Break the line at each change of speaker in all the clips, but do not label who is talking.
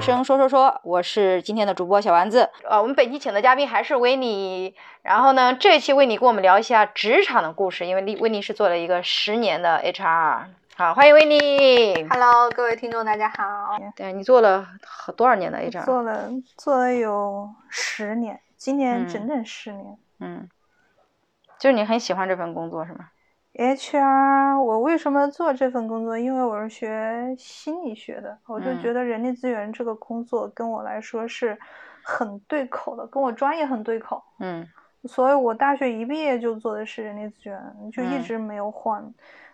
生说说说，我是今天的主播小丸子。呃，我们本期请的嘉宾还是维尼。然后呢，这一期维尼跟我们聊一下职场的故事，因为利维尼是做了一个十年的 HR。好，欢迎维尼。
Hello，各位听众，大家好。
对，你做了好多少年的 HR？
做了做了有十年，今年
嗯
整整十年。
嗯，就是你很喜欢这份工作是吗？
HR，我为什么做这份工作？因为我是学心理学的，我就
嗯
觉得人力资源这个工作跟我来说是很对口的，跟我专业很对口。
嗯
所以我大学一毕业就做的是人力资源，就一
嗯
直没有换，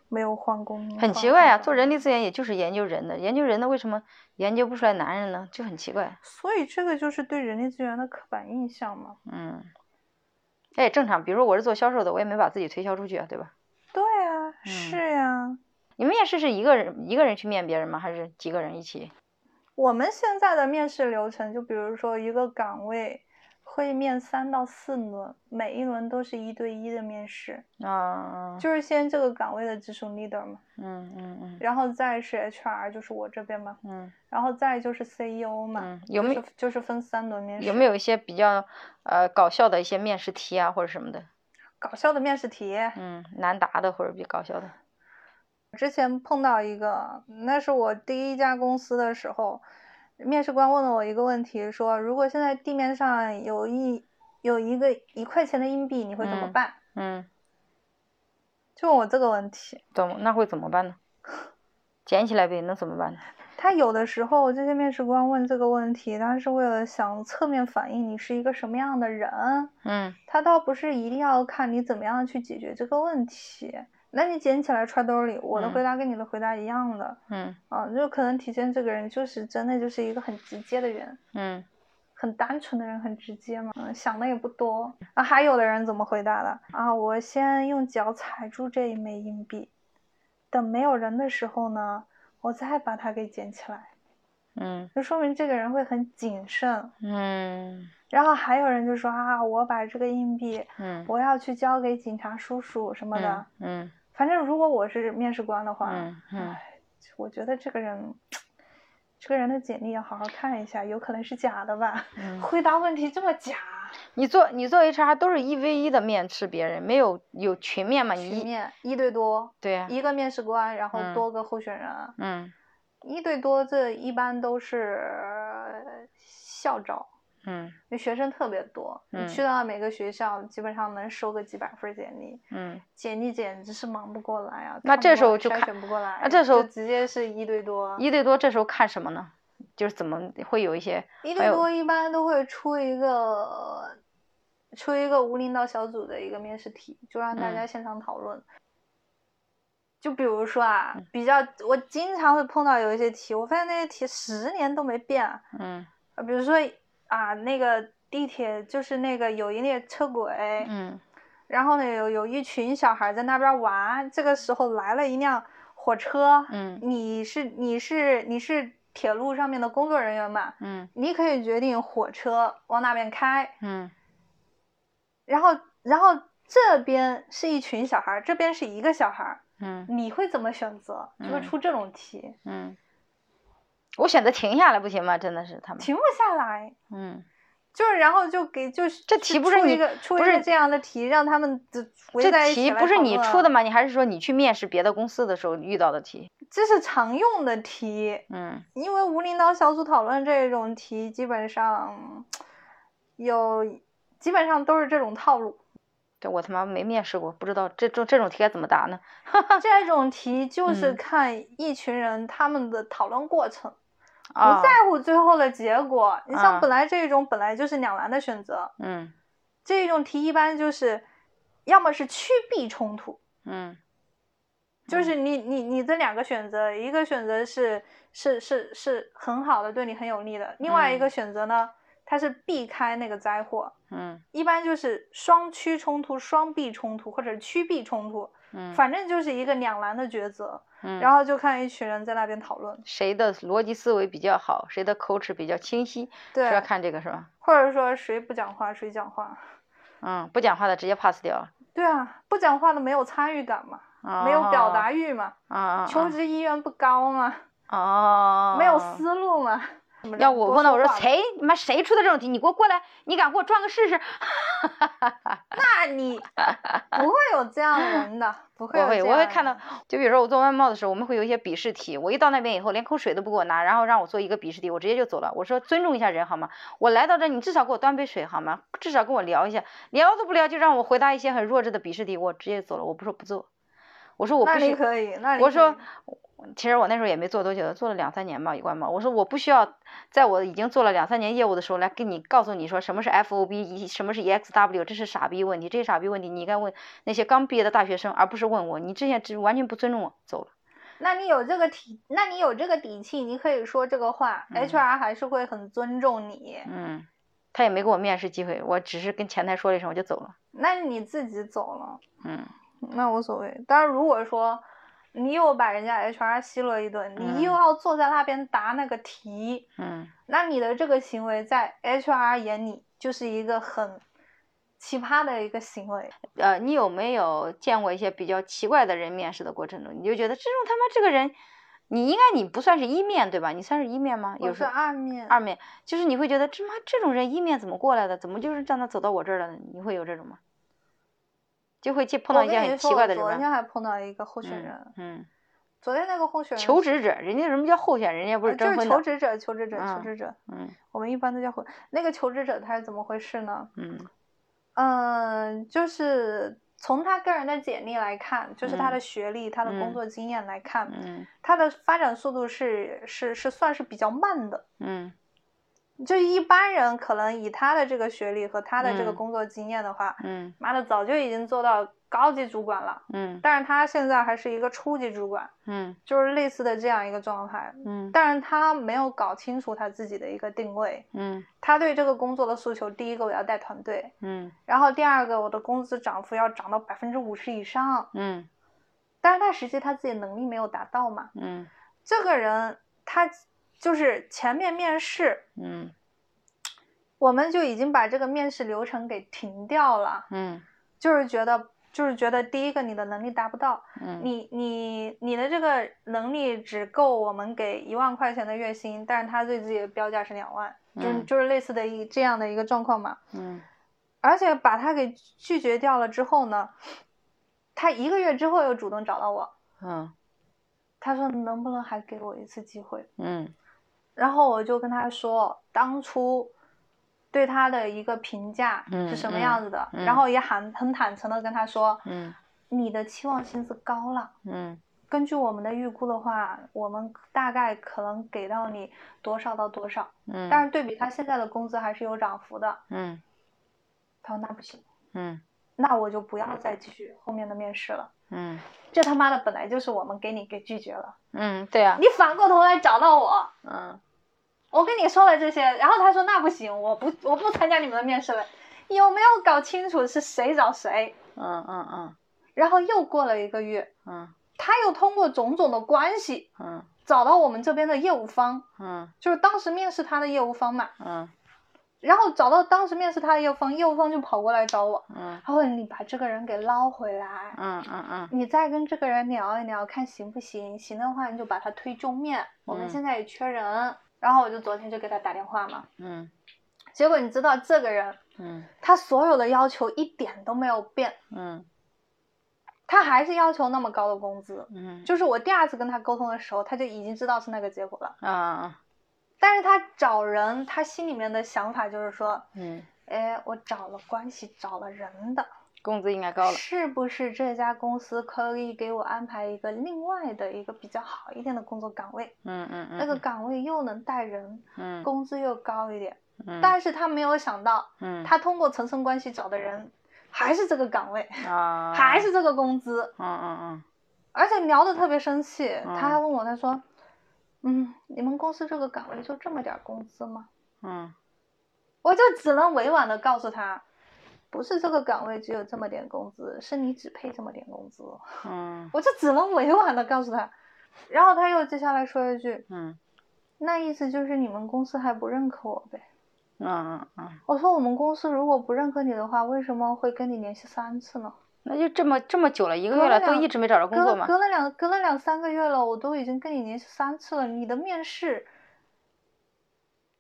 没有换工。
很
换
奇怪呀、啊
换
做
专
人
业
力资源也就是研究人的，研究人的为什么研究不出来男人呢？就很奇怪。
所以这个就是对人力资源的刻板印象嘛。
嗯，这也正常。比如说我是做销售的，我也没把自己推销出去啊，对吧？
对呀、
嗯
是呀、
你面试是一个人一个人去面别人吗？还是几个人一起？
我们现在的面试流程，就比如说一个岗位会面三到四轮，每一轮都是一对一的面试，
啊，
就是先这个岗位的直属 leader 嘛，
嗯嗯嗯
然后再是 HR，就是我这边嘛，
嗯
然后再就是 CEO 嘛，
嗯，有
就
没
是就是分三轮面试。
有没有一些比较呃搞笑的一些面试题啊，或者什么的？
搞笑的面试题？
嗯，难答的或者比较搞笑的。
之前碰到一个，那是我第一家公司的时候，面试官问了我一个问题，说如果现在地面上有一有一个一块钱的硬币，你会怎么
嗯
办？
嗯，
就问我这个问题。
怎么那会怎么办呢？ 捡起来呗，能怎么办呢？
他有的时候这些面试官问这个问题，他是为了想侧面反映你是一个什么样的人，
嗯
他倒不是一定要看你怎么样去解决这个问题。那你捡起来揣兜里，我的
嗯
回答跟你的回答一样的，
嗯
啊，就可能体现这个人就是真的就是一个很直接的人，
嗯
很单纯的人，很直接嘛，嗯，想的也不多。啊，还有的人怎么回答的啊？我先用脚踩住这一枚硬币，等没有人的时候呢，我再把它给捡起来。
嗯
就说明这个人会很谨慎。
嗯
然后还有人就说啊，我把这个硬币，
嗯
我要去交给警察叔叔什么的。
嗯嗯
反正如果我是面试官的话，
嗯嗯
唉，我觉得这个人，这个人的简历要好好看一下，有可能是假的吧？
嗯，
回答问题这么假，
你做你做 HR 都是一 v 一的面试别人，没有有群面嘛？你
群
一
面一对多，
对呀、
一个面试官，然后
嗯
多个候选人，
嗯
一对多这一般都是校招。
嗯
因为学生特别多，
嗯
你去到每个学校，基本上能收个几百份简历，
嗯，
简历简直是忙不过来啊！
那
看不
这时
过
候
来
就
筛
看
选不过来，
那这时候
就直接是一对多，
一对多这时候看什么呢？就是怎么会有一些
一
还
对
有
多一般都会出一个出一个无领导小组的一个面试题，就让大家
嗯
现场讨论。就比如说啊，
嗯
比较我经常会碰到有一些题，我发现那些题十年都没变啊，
嗯
呃比如说啊那个地铁就是那个有一列车轨，
嗯
然后呢有有一群小孩在那边玩，这个时候来了一辆火车，
嗯
你是你是你是铁路上面的工作人员嘛？
嗯
你可以决定火车往哪边开，
嗯
然后然后这边是一群小孩儿，这边是一个小孩儿，
嗯
你会怎么选择？就会
嗯
出这种题，
嗯，我选择停下来不行吗？真的是他们，
停不下来。
嗯，
就是，然后就给就是
这
去
题不是
出
你
一个出一
不是
个这样的题，让他们就围在
这
一起
题
来
不是
讨
你
论
出的
啊？
吗？你还是说你去面试别的公司的时候遇到的题？
这是常用的题，
嗯
因为无领导小组讨论这种题，基本上有基本上都是这种套路。
这我他妈没面试过，不知道这种这种题该怎么答呢？
这种题就是
嗯
看一群人他们的讨论过程，
啊、
不在乎最后的结果。你
啊
像本来这种本来就是两难的选择，
嗯
这种题一般就是要么是趋避冲突，
嗯
就是你你你这两个选择，一个选择是是是是很好的，对你很有利的；另外一
嗯
个选择呢，它是避开那个灾祸。
嗯
一般就是双趋冲突、双避冲突或者趋避冲突，
嗯，
反正就是一个两难的抉择。
嗯
然后就看一群人在那边讨论，
谁的逻辑思维比较好，谁的口齿比较清晰，
对
是，要看这个是吧？
或者说谁不讲话谁讲话，
嗯，不讲话的直接 pass 掉了，
对啊，不讲话的没有参与感嘛，没有表达
哦
欲嘛，
啊，啊啊
求职意愿不高嘛，
哦，
没有思路嘛，什么人
嗯要我
多
问了，我
说
说
话吧
谁他妈谁出的这种题？你给我过来，你敢给我转个试试？
那 你不会有这样的人的，不会有
我
这
会，
样
我会
的
看到
人，
就比如说我做外贸的时候，我们会有一些笔试题。我一到那边以后，连口水都不给我拿，然后让我做一个笔试题，我直接就走了。我说尊重一下人好吗？我来到这，你至少给我端杯水好吗？至少跟我聊一下，聊都不聊就让我回答一些很弱智的笔试题，我直接走了。我不说不做，我说我
那
不
你
是，
可以，那你
我
可
说
以。
其实我那时候也没做多久，做了两三年吧，有关吗？我说我不需要，在我已经做了两三年业务的时候来跟你告诉你说什么是 FOB，以什么是 EXW，这是傻逼问题，这些傻逼问题你应该问那些刚毕业的大学生，而不是问我。你这些只完全不尊重我，走了。
那你有这个体，那你有这个底气，你可以说这个话、
嗯
h r 还是会很尊重你。
嗯，他也没给我面试机会，我只是跟前台说了一声我就走了。
那你自己走了，
嗯，
那无所谓。但是如果说你又把人家 HR 奚落一顿，你
嗯
又要坐在那边答那个题，
嗯，
那你的这个行为在 HR 眼里就是一个很奇葩的一个行为。
呃，你有没有见过一些比较奇怪的人面试的过程中，你就觉得这种他妈这个人，你应该你不算是一面对吧？你算是一面吗？
我
有时
是
候。啊
二面，
二面，就是你会觉得这妈这种人一面怎么过来的？怎么就是让他走到我这儿了呢？你会有这种吗？就会去碰到
我
一
跟
些
你
很
说，
奇怪
我
的人
昨
吧。
天还碰到一个候选人，
嗯嗯，
昨天那个候选人
求职者，人家什么叫候选人？人家不
呃
是
就
征
是
婚
求
的。
职者，求职者，
嗯
求职者，
嗯
我们一般都叫回那个求职者他是怎么回事呢？
嗯
嗯，就是从他个人的简历来看，就是他
嗯
的学历、他的工
嗯
作经验来看，
嗯
他的发展速度是是是算是比较慢的。
嗯
就一般人可能以他的这个学历和他的这个
嗯
工作经验的话，
嗯
妈的早就已经做到高级主管了，
嗯
但是他现在还是一个初级主管，
嗯
就是类似的这样一个状态。
嗯
但是他没有搞清楚他自己的一个定位，
嗯
他对这个工作的诉求，第一个我要带团队，
嗯
然后第二个，我的工资涨幅要涨到百分之五十以上，
嗯
但是他实际他自己能力没有达到嘛。
嗯
这个人他就是前面面试，
嗯
我们就已经把这个面试流程给停掉了，
嗯
就是觉得就是觉得第一个你的能力达不到，
嗯
你你你的这个能力只够我们给一万块钱的月薪，但是他对自己的标价是两万，就是
嗯
就是类似的一这样的一个状况嘛。
嗯
而且把他给拒绝掉了之后呢，他一个月之后又主动找到我，
嗯
他说能不能还给我一次机会？
嗯
然后我就跟他说，当初对他的一个评价是什么样子的，
嗯嗯嗯
然后也很很坦诚的跟他说，
嗯
你的期望薪资高了。
嗯
根据我们的预估的话，我们大概可能给到你多少到多少，但
嗯
是对比他现在的工资还是有涨幅的。
嗯
他说那不行，
嗯
那我就不要再继续后面的面试了。
嗯
这他妈的本来就是我们给你给拒绝了，
嗯，对啊，
你反过头来找到我，
嗯
我跟你说了这些，然后他说那不行，我不我不参加你们的面试了，有没有搞清楚是谁找谁？
嗯嗯嗯
然后又过了一个月，
嗯
他又通过种种的关系
嗯
找到我们这边的业务方，
嗯
就是当时面试他的业务方嘛，
嗯
然后找到当时面试他的业务方，业务方就跑过来找我，
嗯。
他问你把这个人给捞回来，
嗯嗯嗯
你再跟这个人聊一聊，看行不行？行的话，你就把他推正面。我们
嗯
现在也缺人，然后我就昨天就给他打电话嘛。
嗯
结果你知道这个人，
嗯
他所有的要求一点都没有变，
嗯
他还是要求那么高的工资。
嗯
就是我第二次跟他沟通的时候，他就已经知道是那个结果了。
啊
但是他找人，他心里面的想法就是说，
嗯，
哎，我找了关系，找了人的，
工资应该高了。
是不是这家公司可以给我安排一个另外的一个比较好一点的工作岗位？
嗯嗯嗯，
那个岗位又能带人，
嗯
工资又高一点，
嗯，
但是他没有想到，
嗯
他通过层层关系找的人还是这个岗位，
啊
还是这个工资，
嗯嗯
而且聊得特别生气，
嗯
他还问我，他说，嗯，你们公司这个岗位就这么点儿工资吗？
嗯
我就只能委婉的告诉他，不是这个岗位只有这么点工资，是你只配这么点工资，
嗯
我就只能委婉的告诉他，然后他又接下来说一句，
嗯
那意思就是你们公司还不认可我呗。
嗯嗯，
我说我们公司如果不认可你的话，为什么会跟你联系三次呢？
那就这么这么久了，一个月了，都一直没找着工
隔
作
了
嘛。
隔了两隔了两三个月了，我都已经跟你联系三次了，你的面试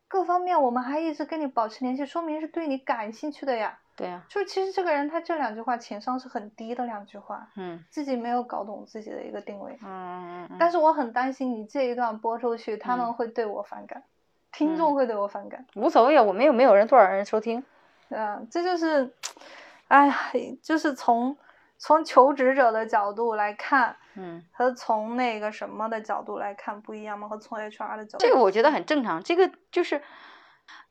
各方面我们还一直跟你保持联系，说明是对你感兴趣的呀。
对呀、
就其实这个人他这两句话情商是很低的两句话，
嗯
自己没有搞懂自己的一个定位。
嗯嗯嗯，
但是我很担心你这一段播出去，他们
嗯
会对我反感，听众会对我反感。
无所谓，啊，我们又没有人多少人收听，
对啊，这就是，哎呀，就是从从求职者的角度来看，
嗯，
和从那个什么的角度来看不一样嘛，和从 HR 的角度，
这个我觉得很正常，这个就是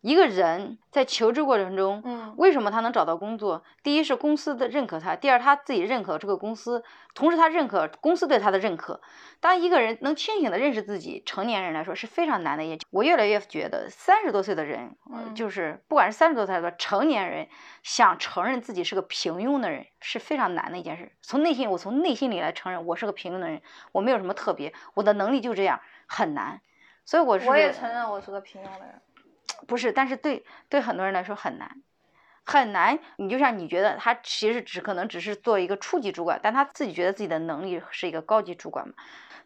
一个人在求职过程中。
嗯
为什么他能找到工作？第一是公司的认可他，第二他自己认可这个公司，同时他认可公司对他的认可。当一个人能清醒的认识自己，成年人来说是非常难的一件。我越来越觉得，三十多岁的人，呃
嗯
就是不管是三十多岁还是多成年人，想承认自己是个平庸的人是非常难的一件事。从内心，我从内心里来承认我是个平庸的人，我没有什么特别，我的能力就这样，很难。所以我是
我
觉
也
得
承认我是个平庸的人，
不是，但是对对很多人来说很难，很难。你就像你觉得他其实只可能只是做一个初级主管，但他自己觉得自己的能力是一个高级主管嘛，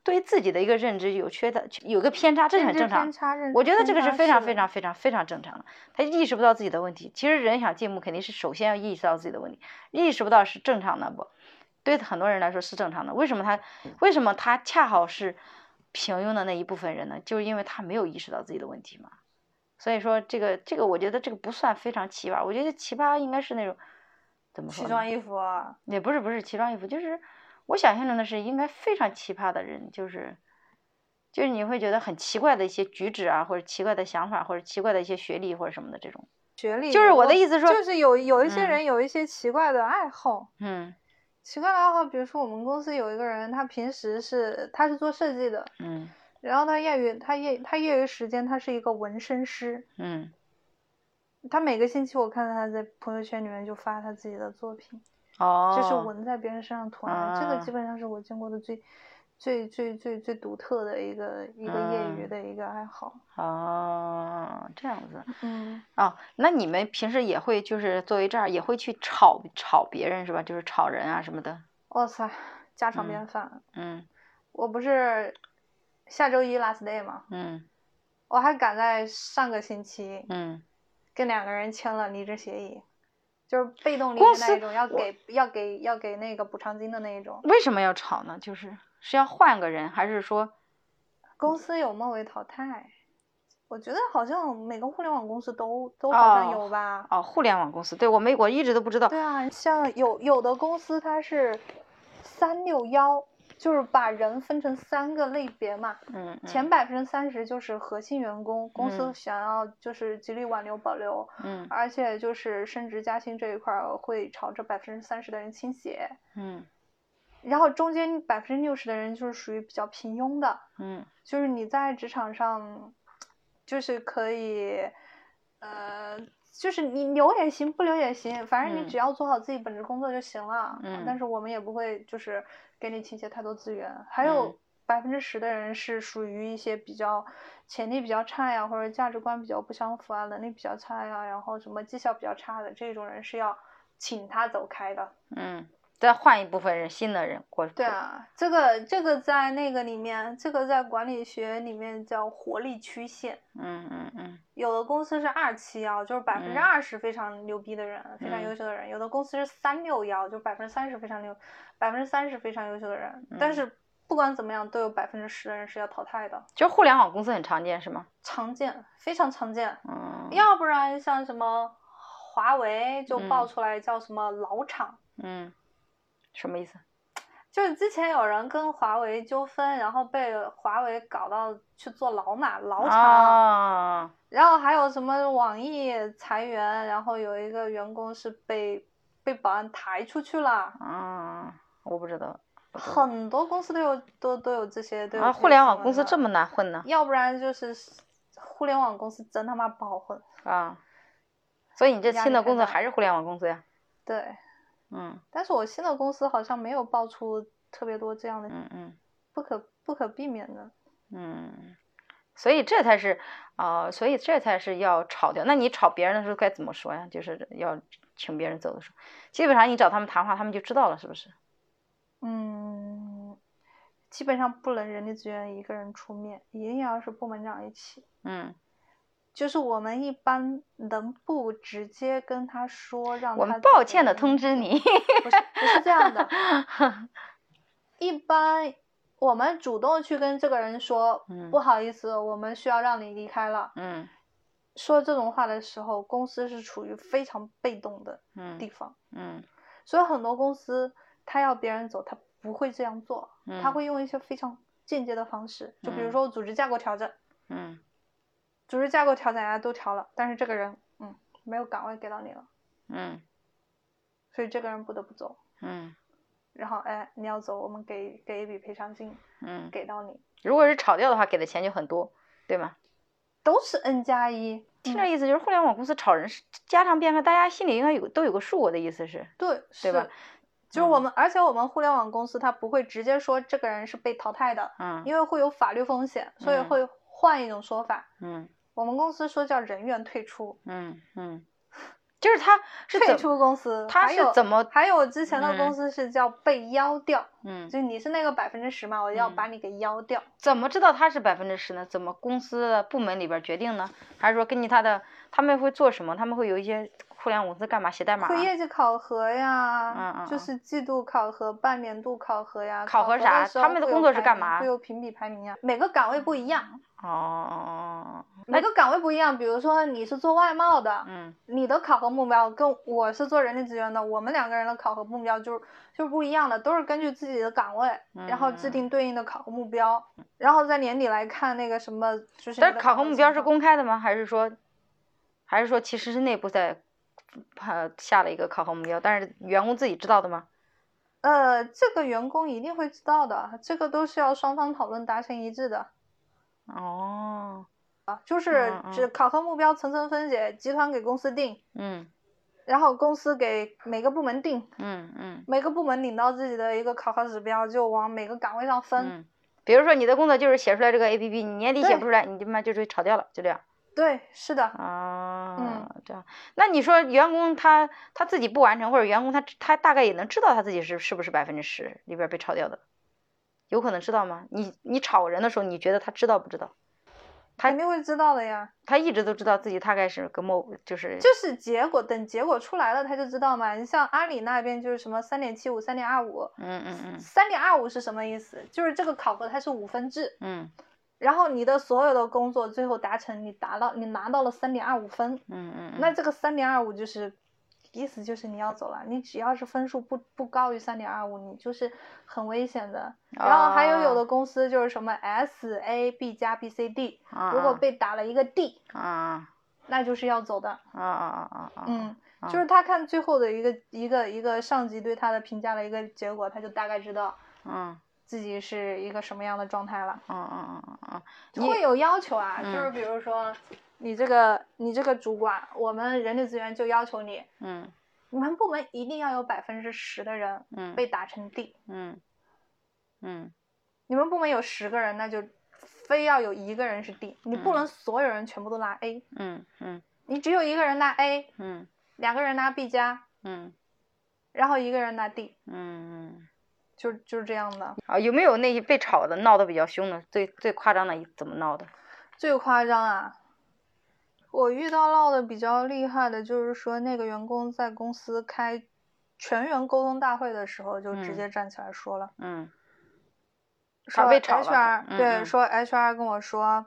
对于自己的一个认知有缺的，有个偏差，这是很正常
偏。差认
我觉得这个是非常非。
偏差
常
的
非常非常正常的。他意识不到自己的问题，其实人想进步，肯定是首先要意识到自己的问题，意识不到是正常的不？对很多人来说是正常的。为什么他为什么他恰好是平庸的那一部分人呢？就是因为他没有意识到自己的问题嘛。所以说这个这个，我觉得这个不算非常奇葩，我觉得奇葩应该是那种怎么说
奇
呢？
装异服啊，
也不是不是奇装异服，就是我想象中的是应该非常奇葩的人，就是就是你会觉得很奇怪的一些举止啊，或者奇怪的想法，或者奇怪的一些学历或者什么的这种。
学历
就是
有
我的意思说
就是有有一些
嗯
人有一些奇怪的爱好，
嗯
奇怪的爱好，比如说我们公司有一个人，他平时是他是做设计的，
嗯
然后他业余他业他业余时间他是一个纹身师，
嗯，
他每个星期我看到他在朋友圈里面就发他自己的作品，
哦，
就是纹在别人身上的图案，这个
啊
基本上是我见过的最最最最最独特的一个一个业余
嗯
的一个爱好。
哦，这样子
嗯，
哦，那你们平时也会就是作为这儿也会去炒炒别人是吧？就是炒人啊什么的。
哇塞，家
嗯
常便饭。
嗯
我不是下周一 last day 嘛，
嗯
我还赶在上个星期
嗯，
跟两个人签了离职协议。就是被动离
公
职那
司
一种，要
我
给要给要给那个补偿金的那一种。
为什么要炒呢？就是是要换个人，还是说
公司有末位淘汰，我觉得好像每个互联网公司都都好像
哦
有吧。
哦互联网公司？对我没我一直都不知道。
对啊，像有有的公司它是三六幺，就是把人分成三个类别嘛，
嗯嗯
前百分之三十就是核心员工，公司
嗯
想要就是极力挽留保留，
嗯
而且就是升职加薪这一块儿会朝着百分之三十的人倾斜，
嗯
然后中间百分之六十的人就是属于比较平庸的，
嗯
就是你在职场上，就是可以，呃，就是你留也行，不留也行，反正你
嗯
只要做好自己本职工作就行了。
嗯
但是我们也不会就是给你倾斜太多资源。还有
嗯
百分之十的人是属于一些比较潜力比较差呀，或者价值观比较不相符啊，能力比较差呀，然后什么绩效比较差的这种人是要请他走开的。
嗯，再换一部分人，新的人过。
对啊，这个这个在那个里面，这个在管理学里面叫活力曲线。
嗯嗯嗯
有的公司是二七幺，就是百分之二十非常牛逼的人，非常
嗯
优秀的人；有的公司是三六幺，就百分之三十非常牛，百分之三十非常优秀的人。但
嗯
是不管怎么样，都有百分之十的人是要淘汰的，
就是互联网公司很常见是吗？
常见，非常常见。
嗯，
要不然像什么华为就
嗯
爆出来叫什么老厂，
嗯，什么意思？
就是之前有人跟华为纠纷，然后被华为搞到去坐老马老厂。
啊，
然后还有什么网易裁员，然后有一个员工是被被保安抬出去了，
啊，我不知道。不知道
很多公司都有都都有这些都有
啊，
这些
互联网
新闻
公司
的
这么难混呢？
要不然就是互联网公司真他妈不好混，
啊，所以你这
嗯压
新
力
的
太
工作
大
还是互联网公司呀？
对。
嗯
但是我新的公司好像没有爆出特别多这样的
嗯嗯
不可不可避免的，
嗯，所以这才是啊、所以这才是要炒掉。那你炒别人的时候该怎么说呀？就是要请别人走的时候，基本上你找他们谈话，他们就知道了，是不是？
嗯，基本上不能人力资源一个人出面，一定要是部门长一起。
嗯
就是我们一般能不直接跟他说，让
我
他
们
怎
抱
么
歉的
样
通知你，
不是不是这样 的，一般我们主动去跟这个人说，
嗯
不好意思，我们需要让你离开了。
嗯
说这种话的时候，公司是处于非常被动的地
嗯
方，
嗯
所以很多公司他要别人走，他不会这样做，
嗯，
他会用一些非常间接的方式，就比如
嗯
说我组织架构调整，
嗯
组织架构调整大家都调了，但是这个人嗯没有岗位给到你了，
嗯
所以这个人不得不走。
嗯
然后哎，你要走，我们给给一笔赔偿金
嗯，
给到你，
如果是炒掉的话，给的钱就很多，对吗？
都是 N 加一。
听
嗯
这意思就是互联网公司炒人是家常便饭，大家心里应该有都有个数。我的意思是，
对，
对吧嗯
是？就是我们，而且我们互联网公司它不会直接说这个人是被淘汰的，
嗯
因为会有法律风险，所以
嗯
会换一种说法。
嗯
我们公司说叫人员退出，
嗯嗯， 就是 他是
退
怎么
出公司。
他
还
是
有
怎么
还有之前的
嗯
公司是叫被邀掉，
嗯
就你是那个百分之十嘛，我要
嗯
把你给邀掉。
怎么知道他是百分之十呢？怎么公司的部门里边决定呢？还是说根据他的他们会做什么？他们会有一些互联网公司干嘛写代码啊、
会业绩考核呀，
嗯嗯
就
嗯
是季度考核、半年度考核呀。
考
考
核
的
啥
时候
他们的
会有
工作是
排
干
名
嘛
会有评比排名呀，每个岗位不一样，
哦哦哦哦，
每个岗位不一样。比如说你是做外贸的，
嗯
你的考核目标跟我是做人力资源的，我们两个人的考核目标就是就是不一样的，都是根据自己的岗位，然后制
嗯
定对应的考核目标，然后在年底来看那个什么，就是你
但是
的
考核目标是
情况
公开的吗？还是说，还是说其实是内部在，呃下了一个考核目标，但是员工自己知道的吗？
呃，这个员工一定会知道的，这个都是要双方讨论达成一致的。
哦，
就是
嗯嗯
指考核目标层层分解，集团给公司定，
嗯
然后公司给每个部门定，
嗯嗯
每个部门领到自己的一个考核指标，就往每个岗位上分。
嗯，比如说你的工作就是写出来这个 A P P，你年底写
对
不出来，你他妈就被炒掉了，就这样
对，是的，
啊，这样。那你说员工他他自己不完成，或者员工他他大概也能知道他自己是是不是百分之十里边被炒掉的，有可能知道吗？你你炒人的时候，你觉得他知道不知道？他
肯定会知道的呀。
他一直都知道自己大概是个某，就是
就是结果，等结果出来了，他就知道嘛。你像阿里那边就是什么三点七五、三点二五，
嗯嗯
三点二五是什么意思？就是这个考核它是五分制，
嗯
然后你的所有的工作最后达成，你达到你拿到了三点二五分，
嗯嗯嗯，
那这个三点二五就是，意思就是你要走了，你只要是分数不不高于三点二五，你就是很危险的。然后还有有
哦
的公司就是什么 S A B 加 B C D，
啊
如果被打了一个 D，
啊
那就是要走的。
啊啊啊啊，
嗯，
啊
就是他看最后的一个一个一个上级对他的评价的一个结果，他就大概知道
嗯
自己是一个什么样的状态了。
嗯嗯嗯嗯
就
你
会有要求啊，
嗯
就是比如说你这个你这个主管，我们人力资源就要求你。
嗯
你们部门一定要有百分之十的人
嗯
被打成 D。
嗯嗯
你们部门有十个人，那就非要有一个人是 D。你不能所有人全部都拿 A，、
嗯嗯
你只有一个人拿 A，
嗯
两个人拿 B 加，
嗯
然后一个人拿 D，
嗯，
就就是这样的。
啊，有没有那些被炒的闹得比较凶的，最最夸张的怎么闹的？
最夸张啊！我遇到闹的比较厉害的就是说，那个员工在公司开全员沟通大会的时候，就直
嗯
接站起来说了。
嗯
说
被炒了
HR
嗯
对、
嗯
说 HR 跟我说，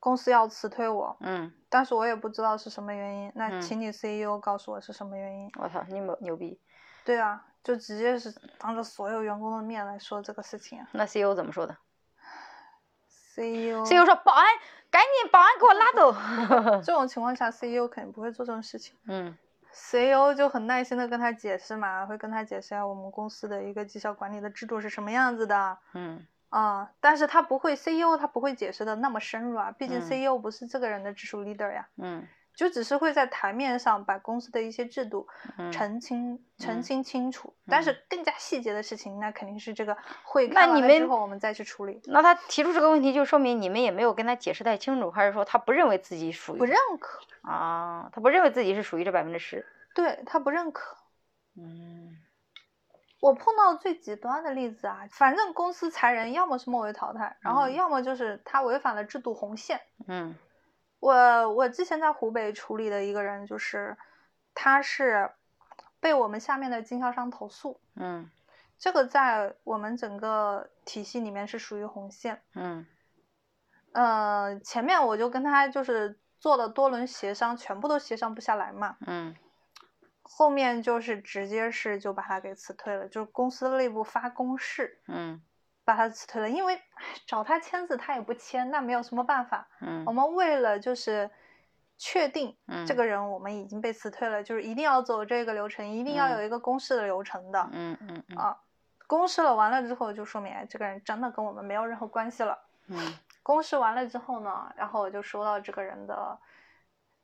公司要辞退我，
嗯，
但是我也不知道是什么原因。那
嗯
请你 CEO 告诉我是什么原因。
我操，你牛牛逼！
对啊，就直接是当着所有员工的面来说这个事情啊。E
那 CEO 怎么说的
CEO
？CEO E 说：“保安，赶紧保安给我拉走。
这种情况下，CEO 肯定不会做这种事情”。
嗯
CEO 就很耐心的跟他解释嘛，会跟他解释啊，我们公司的一个绩效管理的制度是什么样子的啊、
嗯
但是他不会 CEO 他不会解释的那么深入啊，毕竟
嗯
CEO 不是这个人的直属 leader 呀。
嗯
就只是会在台面上把公司的一些制度
嗯，
澄清、澄
嗯
清清楚，但是更加细节的事情，那肯定是这个会
那
开完
你
了之
们
后我们再去处理。
那他提出这个问题，就说明你们也没有跟他解释太清楚，还是说他不认为自己属于
不认可，
啊？他不认为自己是属于这百分之十。
对他不认可。
嗯
我碰到最极端的例子啊，反正公司裁人要么是末位淘汰，然后
嗯
要么就是他违反了制度红线。
嗯
我我之前在湖北处理的一个人，就是他是被我们下面的经销商投诉，
嗯
这个在我们整个体系里面是属于红线。
嗯
呃，前面我就跟他就是做了多轮协商，全部都协商不下来嘛。
嗯
后面就是直接是就把他给辞退了，就是公司内部发公示
嗯
把他辞退了，因为唉找他签字他也不签，那没有什么办法。
嗯
我们为了就是确定
嗯，
哦这个人我们已经被辞退了，就是一定要走这个流程，一定要有一个公示的流程的。
嗯嗯嗯
啊公示了完了之后，就说明哎这个人真的跟我们没有任何关系了。
嗯
公示完了之后呢，然后我就收到这个人的，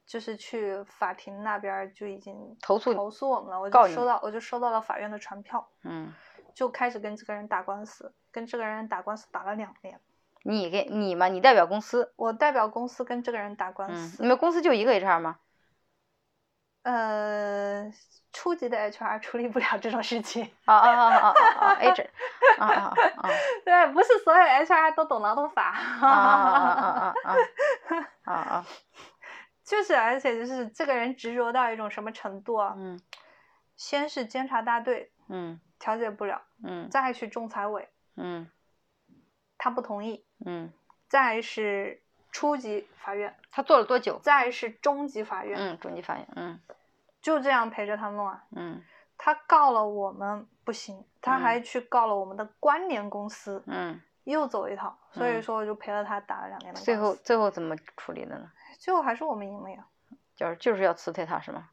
就是去法庭那边儿就已经
投诉你
投诉我们了，我
告
就
你
收到我就收到了法院的传票，
嗯，
就开始跟这个人打官司，跟这个人打官司打了两年，
你给你嘛，你代表公司，
我代表公司跟这个人打官
嗯，你
司，
们公司就一个 HR 吗？
呃，初级的 HR 处理不了这种事情，
啊啊啊啊啊啊！H，啊啊啊
对，不是所有 HR 都懂劳动法，
啊啊啊啊啊啊！
就是而且就是这个人执着到一种什么程度啊，
嗯
先是监察大队
嗯
调解不了，
嗯
再去仲裁委。
嗯
他不同意，
嗯，
再是初级法院，
他做了多久？
再是中级法院，
嗯，中级法院，嗯
就这样陪着他弄啊。
嗯
他告了我们不行，他还去告了我们的关联公司，
嗯，
又走一套。所以
嗯
说，我就陪了他打了两年的官司，哎
最后最后怎么处理的呢？
最后还是我们赢了呀。
就是就是要辞退他是吗？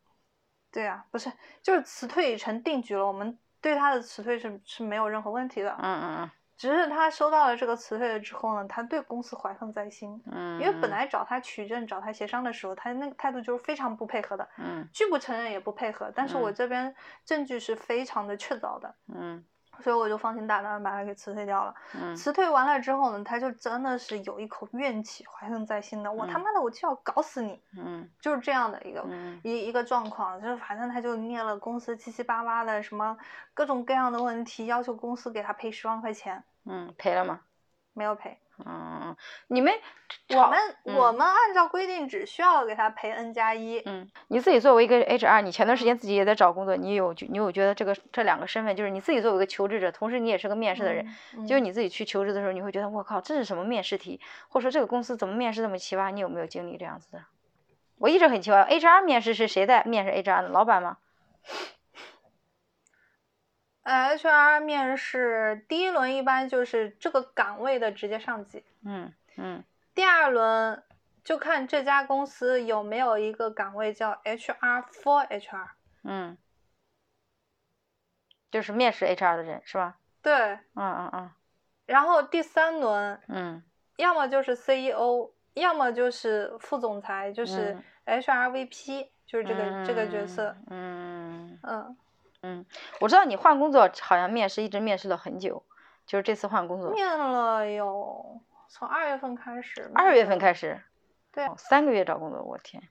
对啊，不是，就是辞退已成定局了，我们对他的辞退是是没有任何问题的。
嗯嗯
只是他收到了这个辞退了之后呢，他对公司怀恨在心，
嗯，
因为本来找他取证、找他协商的时候，他那个态度就是非常不配合的。
嗯
拒不承认也不配合，但是我
嗯
这边证据是非常的确凿的，
嗯
所以我就放心大胆的把他给辞退掉了。
嗯
辞退完了之后呢，他就真的是有一口怨气，怀恨在心的，我他
嗯
妈的我就要搞死你，
嗯
就是这样的一个。
嗯
一一个状况，就是反正他就捏了公司七七八八的什么各种各样的问题，要求公司给他赔十万块钱，
嗯，赔了吗？
没有赔。
嗯，你们
我们、
嗯
我们按照规定只需要给他赔 n 加一，
嗯，你自己作为一个 HR，你前段时间自己也在找工作，你有你有觉得这个这两个身份，就是你自己作为一个求职者，同时你也是个面试的人，
嗯，
就是
嗯
你自己去求职的时候，你会觉得我靠，这是什么面试题，或者说这个公司怎么面试这么奇葩？你有没有经历这样子的？我一直很奇怪，HR 面试是谁在面试 HR 呢？老板吗？
呃，HR 面试第一轮一般就是这个岗位的直接上级，
嗯嗯
第二轮就看这家公司有没有一个岗位叫 HR for HR。
嗯，就是面试 HR 的人是吧？
对，
嗯嗯
然后第三轮
嗯
要么就是 CEO，要么就是副总裁，就是
嗯
HR VP，就是
嗯，
这个、这个角色。
嗯。嗯
嗯，
我知道你换工作好像面试一直面试了很久，就是这次换工作，
面了有从二月份开始，
二月份开始，
对
哦，三个月找工作，我天，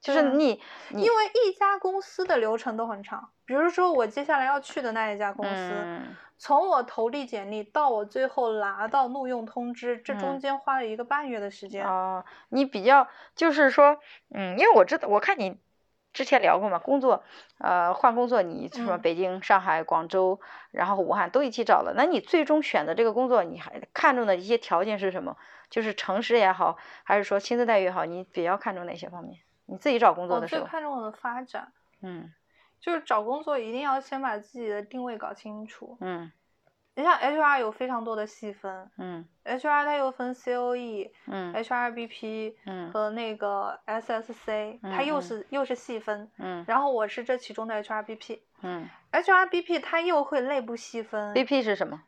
就
对
是
啊
你
因
你
为一家公司的流程都很长，比如说我接下来要去的那一家公司，
嗯
从我投递简历到我最后拿到录用通知，这中
嗯
间花了一个半月的时间。
哦，你比较就是说，嗯，因为我知道，我看你之前聊过嘛，工作呃换工作，你什么
嗯
北京、上海、广州，然后武汉都一起找了，那你最终选择这个工作，你还看重的一些条件是什么？就是城市也好，还是说薪资待遇也好，你比较看重哪些方面？你自己找工作
我
的时
哦最
候，
看重我的发展，
嗯
就是找工作一定要先把自己的定位搞清楚。
嗯
你像 HR 有非常多的细分
嗯
，HR 它又分 E COE、
嗯
HRBP
嗯
和那个 SSC，它
嗯
又
嗯
是又是细分。
嗯
然后我是这其中的 HRBP。
嗯
HRBP 它又会内部细分，
，VP 是什么？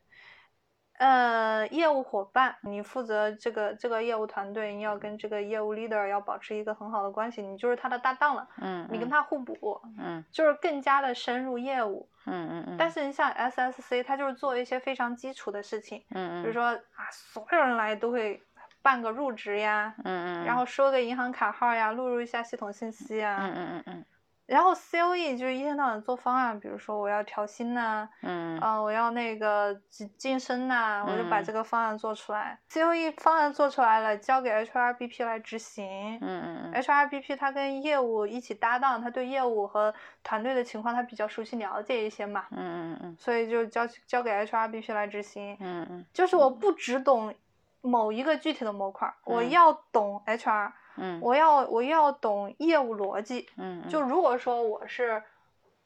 呃，业务伙伴，你负责这个这个业务团队，你要跟这个业务 leader 要保持一个很好的关系，你就是他的搭档了，
嗯，
你跟
嗯
他互补，
嗯
就是更加的深入业务。
嗯嗯嗯，
但
是
是你像 SSC，它就是做一些非常基础的事情，比
嗯
如
嗯
说啊，所有人来都会办个入职呀，
嗯嗯，
然后收个银行卡号呀，录入一下系统信息呀，
嗯嗯嗯嗯
然后 COE 就是一天到晚做方案，比如说我要调薪呐、
嗯
啊，我要那个晋晋升呐、我就把
嗯
这个方案做出来。COE 方案做出来了，交给 HRBP 来执行。
嗯嗯嗯
HRBP 它跟业务一起搭档，它对业务和团队的情况它比较熟悉了解一些嘛，
嗯嗯
所以就交交给 HRBP 来执行。
嗯嗯
就是我不只懂某一个具体的模块，我
嗯
要懂 HR，
嗯
我要我要懂业务逻辑。
嗯，
就如果说我是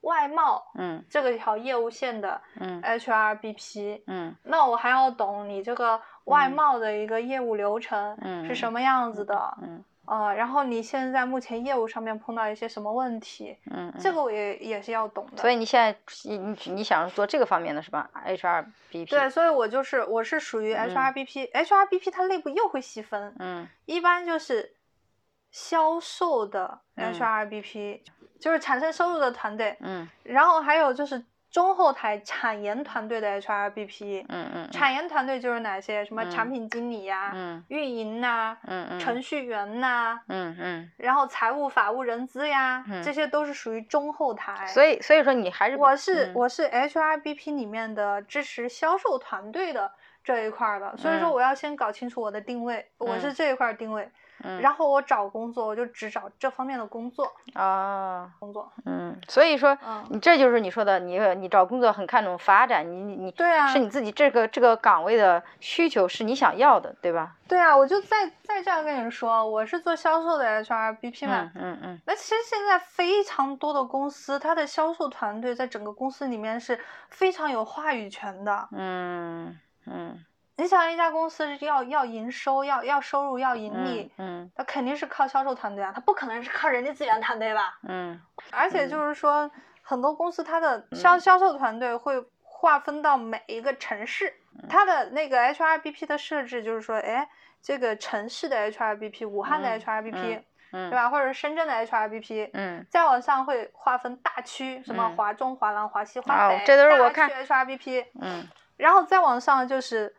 外贸
嗯
这个条业务线的
嗯
HRBP，
嗯
那我还要懂你这个外
嗯
贸的一个业务流程
嗯
是什么样子的，
嗯
呃，然后你现在目前业务上面碰到一些什么问题，
嗯，
这个我也也是要懂的。
所以你现在你你你想做这个方面的是吧？HRBP
对，，所以我就是我是属于
嗯
HRBP，HRBP 它内部又会细分，
嗯
一般就是销售的
嗯
HRBP，、就是产生收入的团队，
嗯
然后还有就是中后台产研团队的 HRBP，、
嗯嗯，
产研团队就是哪些？什么
嗯
产品经理呀、
嗯
运营呐、
嗯嗯
程序员呐、
嗯嗯，
然后财务、法务、人资呀，
嗯
这些都是属于中后台。
所以嗯所以说你还是
我是、我是 HRBP 里面的支持销售团队的这一块儿的，所以说
嗯
我要先搞清楚我的定位，我是
嗯
这一块儿定位，
然
然后我找工作我就只找这方面的工作
啊
工作，
嗯，所以说
嗯，
你这就是你说的你你找工作很看重发展，你你你
对啊
是，你自己这个这个岗位的需求是你想要的，对吧？
对啊，我就再再这样跟你说，我是做销售的 HRBP 嘛。
嗯嗯嗯
那其实现在非常多的公司，它的销售团队在整个公司里面是非常有话语权的。
嗯嗯，
你想一家公司要要营收，要要收入，要盈利，
嗯
它肯定是靠销售团队啊，它不可能是靠人力资源团队吧？
嗯
而且就是说，很多公司它的销销售团队会划分到每一个城市，
嗯
它的那个 HRBP 的设置就是说，哎，这个城市的 HRBP，武汉的
嗯
HRBP，、
嗯嗯，
对？吧？或者是深圳的 HRBP，、
嗯
再往上会划分大区，什么
嗯
华中、华南、华西、
啊
华北，
这都是我看
大区 HRBP，
嗯
然后再往上就是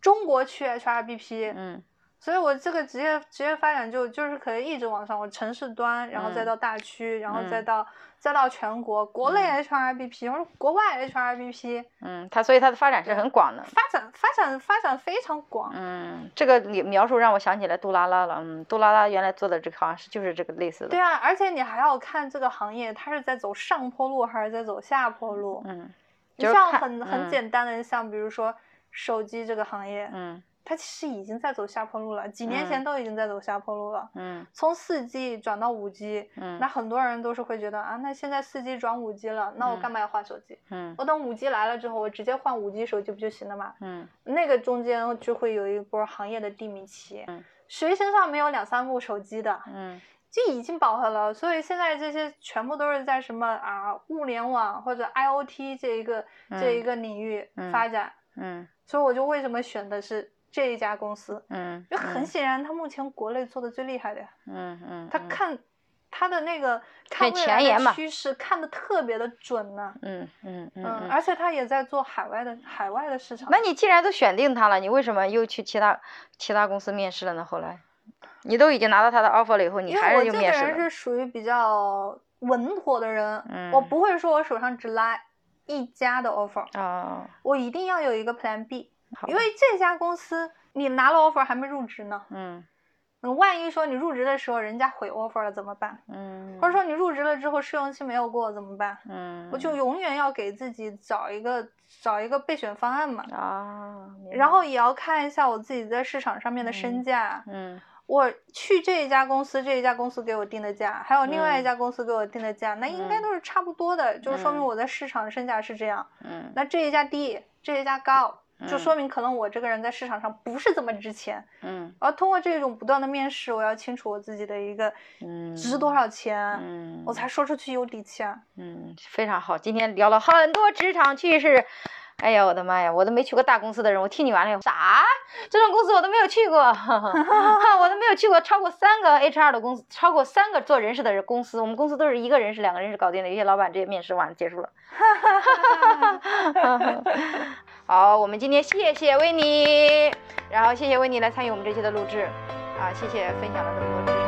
中国区 HRBP，、
嗯
所以我这个职业职业发展就就是可以一直往上，我城市端，然后再
嗯
到大区，然后再
嗯
到、再到全国国内 HRBP 或者国外 HRBP，
嗯，它所以它的发展是很广的。
发展发展发展非常广。
嗯，这个你描述让我想起来杜拉拉了。嗯，杜拉拉原来做的这个好像是就是这个类似的。
对啊，而且你还要看这个行业，它是在走上坡路还是在走下坡路。
嗯
你
就是
像
看
很很
嗯
简单的，像比如说手机这个行业，
嗯
它其实已经在走下坡路了，几
嗯
年前都已经在走下坡路了。
嗯
从四 G 转到五 G，
嗯，
那很多人都是会觉得啊，那现在四 G 转五 G 了，那我干嘛要换手机？
嗯
我等五 G 来了之后，我直接换五 G 手机不就行了嘛？
嗯
那个中间就会有一波行业的低迷期
嗯，
谁身上没有两三部手机的？
嗯
就已经饱和了，所以现在这些全部都是在什么啊物联网或者 IOT 这一个、这一
嗯
个领域
嗯
发展，
嗯
所以我就为什么选的是这一家公司，
嗯，
就很
嗯
显然它目前国内做的最厉害的呀，
嗯嗯，
它
嗯
看它的那个看未
前
来
沿
的
嘛
趋势看的特别的准呢、
嗯嗯嗯
嗯，
嗯。
而且它也在做海外的海外的市场。
那你既然都选定他了，你为什么又去其他其他公司面试了呢？后来，你都已经拿到他的 offer 了以后，你
因
还
为我
是又
这个
面试
人
了？
是属于比较稳妥的人，
嗯
我不会说我手上只拉一家的 offer，
哦，
我一定要有一个 Plan B，
好
因为这家公司你拿了 offer 还没入职呢，
嗯
你万一说你入职的时候人家毁 offer 了怎么办？
嗯，
或者说你入职了之后试用期没有过怎么办？
嗯，
我就永远要给自己找一个找一个备选方案嘛，
啊，明
然
白
后也要看一下我自己在市场上面的身
嗯
价。
嗯
我去这一家公司，这一家公司给我定的价，还有另外一
嗯
家公司给我定的价，那应该
嗯
都是差不多的，就说明
嗯
我在市场身价是这样。
嗯
那这一家低，这一家高，就
嗯
说明可能我这个人在市场上不是这么值钱。
嗯
而通过这种不断的面试，我要清楚我自己的一个
嗯，
值多少钱，
嗯，
我才说出去有底气啊。
嗯，非常好，今天聊了很多职场趣事。哎呀，我的妈呀，我都没去过大公司的人，我听你完了以后，啥？这种公司我都没有 去过， 我都没有去过超过三个 HR 的公司，超过三个做人事的人公司，我们公司都是一个人事、两个人事搞定的，有些老板直接面试完结束了。好，我们今天谢谢维尼，然后谢谢维尼来参与我们这期的录制，啊，谢谢分享了这么多知识。